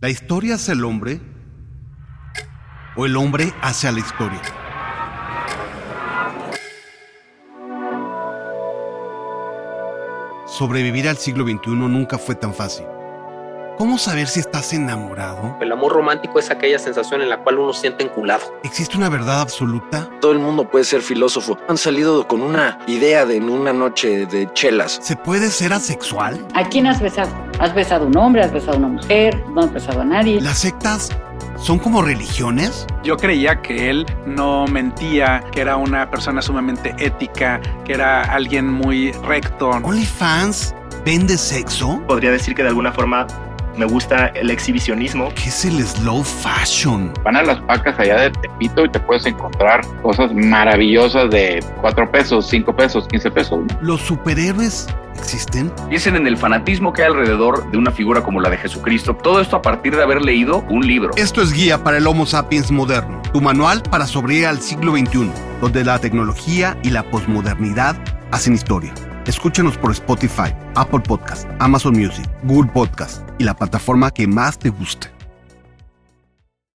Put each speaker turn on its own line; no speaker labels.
¿La historia hace el hombre o el hombre hace a la historia? Sobrevivir al siglo XXI nunca fue tan fácil. ¿Cómo saber si estás enamorado?
El amor romántico es aquella sensación en la cual uno siente enculado.
¿Existe una verdad absoluta?
Todo el mundo puede ser filósofo. Han salido con una idea de en una noche de chelas.
¿Se puede ser asexual?
¿A quién has besado? ¿Has besado a un hombre? ¿Has besado a una mujer? ¿No has besado a nadie?
¿Las sectas son como religiones?
Yo creía que él no mentía, que era una persona sumamente ética, que era alguien muy recto.
¿OnlyFans vende sexo?
Podría decir que de alguna forma me gusta el exhibicionismo.
¿Qué es el slow fashion?
Van a las pacas allá de Tepito y te puedes encontrar cosas maravillosas de 4 pesos, 5 pesos, 15 pesos.
¿Los superhéroes existen?
Piensen en el fanatismo que hay alrededor de una figura como la de Jesucristo. Todo esto a partir de haber leído un libro.
Esto es Guía para el Homo sapiens moderno, tu manual para sobrevivir al siglo XXI, donde la tecnología y la posmodernidad hacen historia. Escúchanos por Spotify, Apple Podcast, Amazon Music, Google Podcast y la plataforma que más te guste.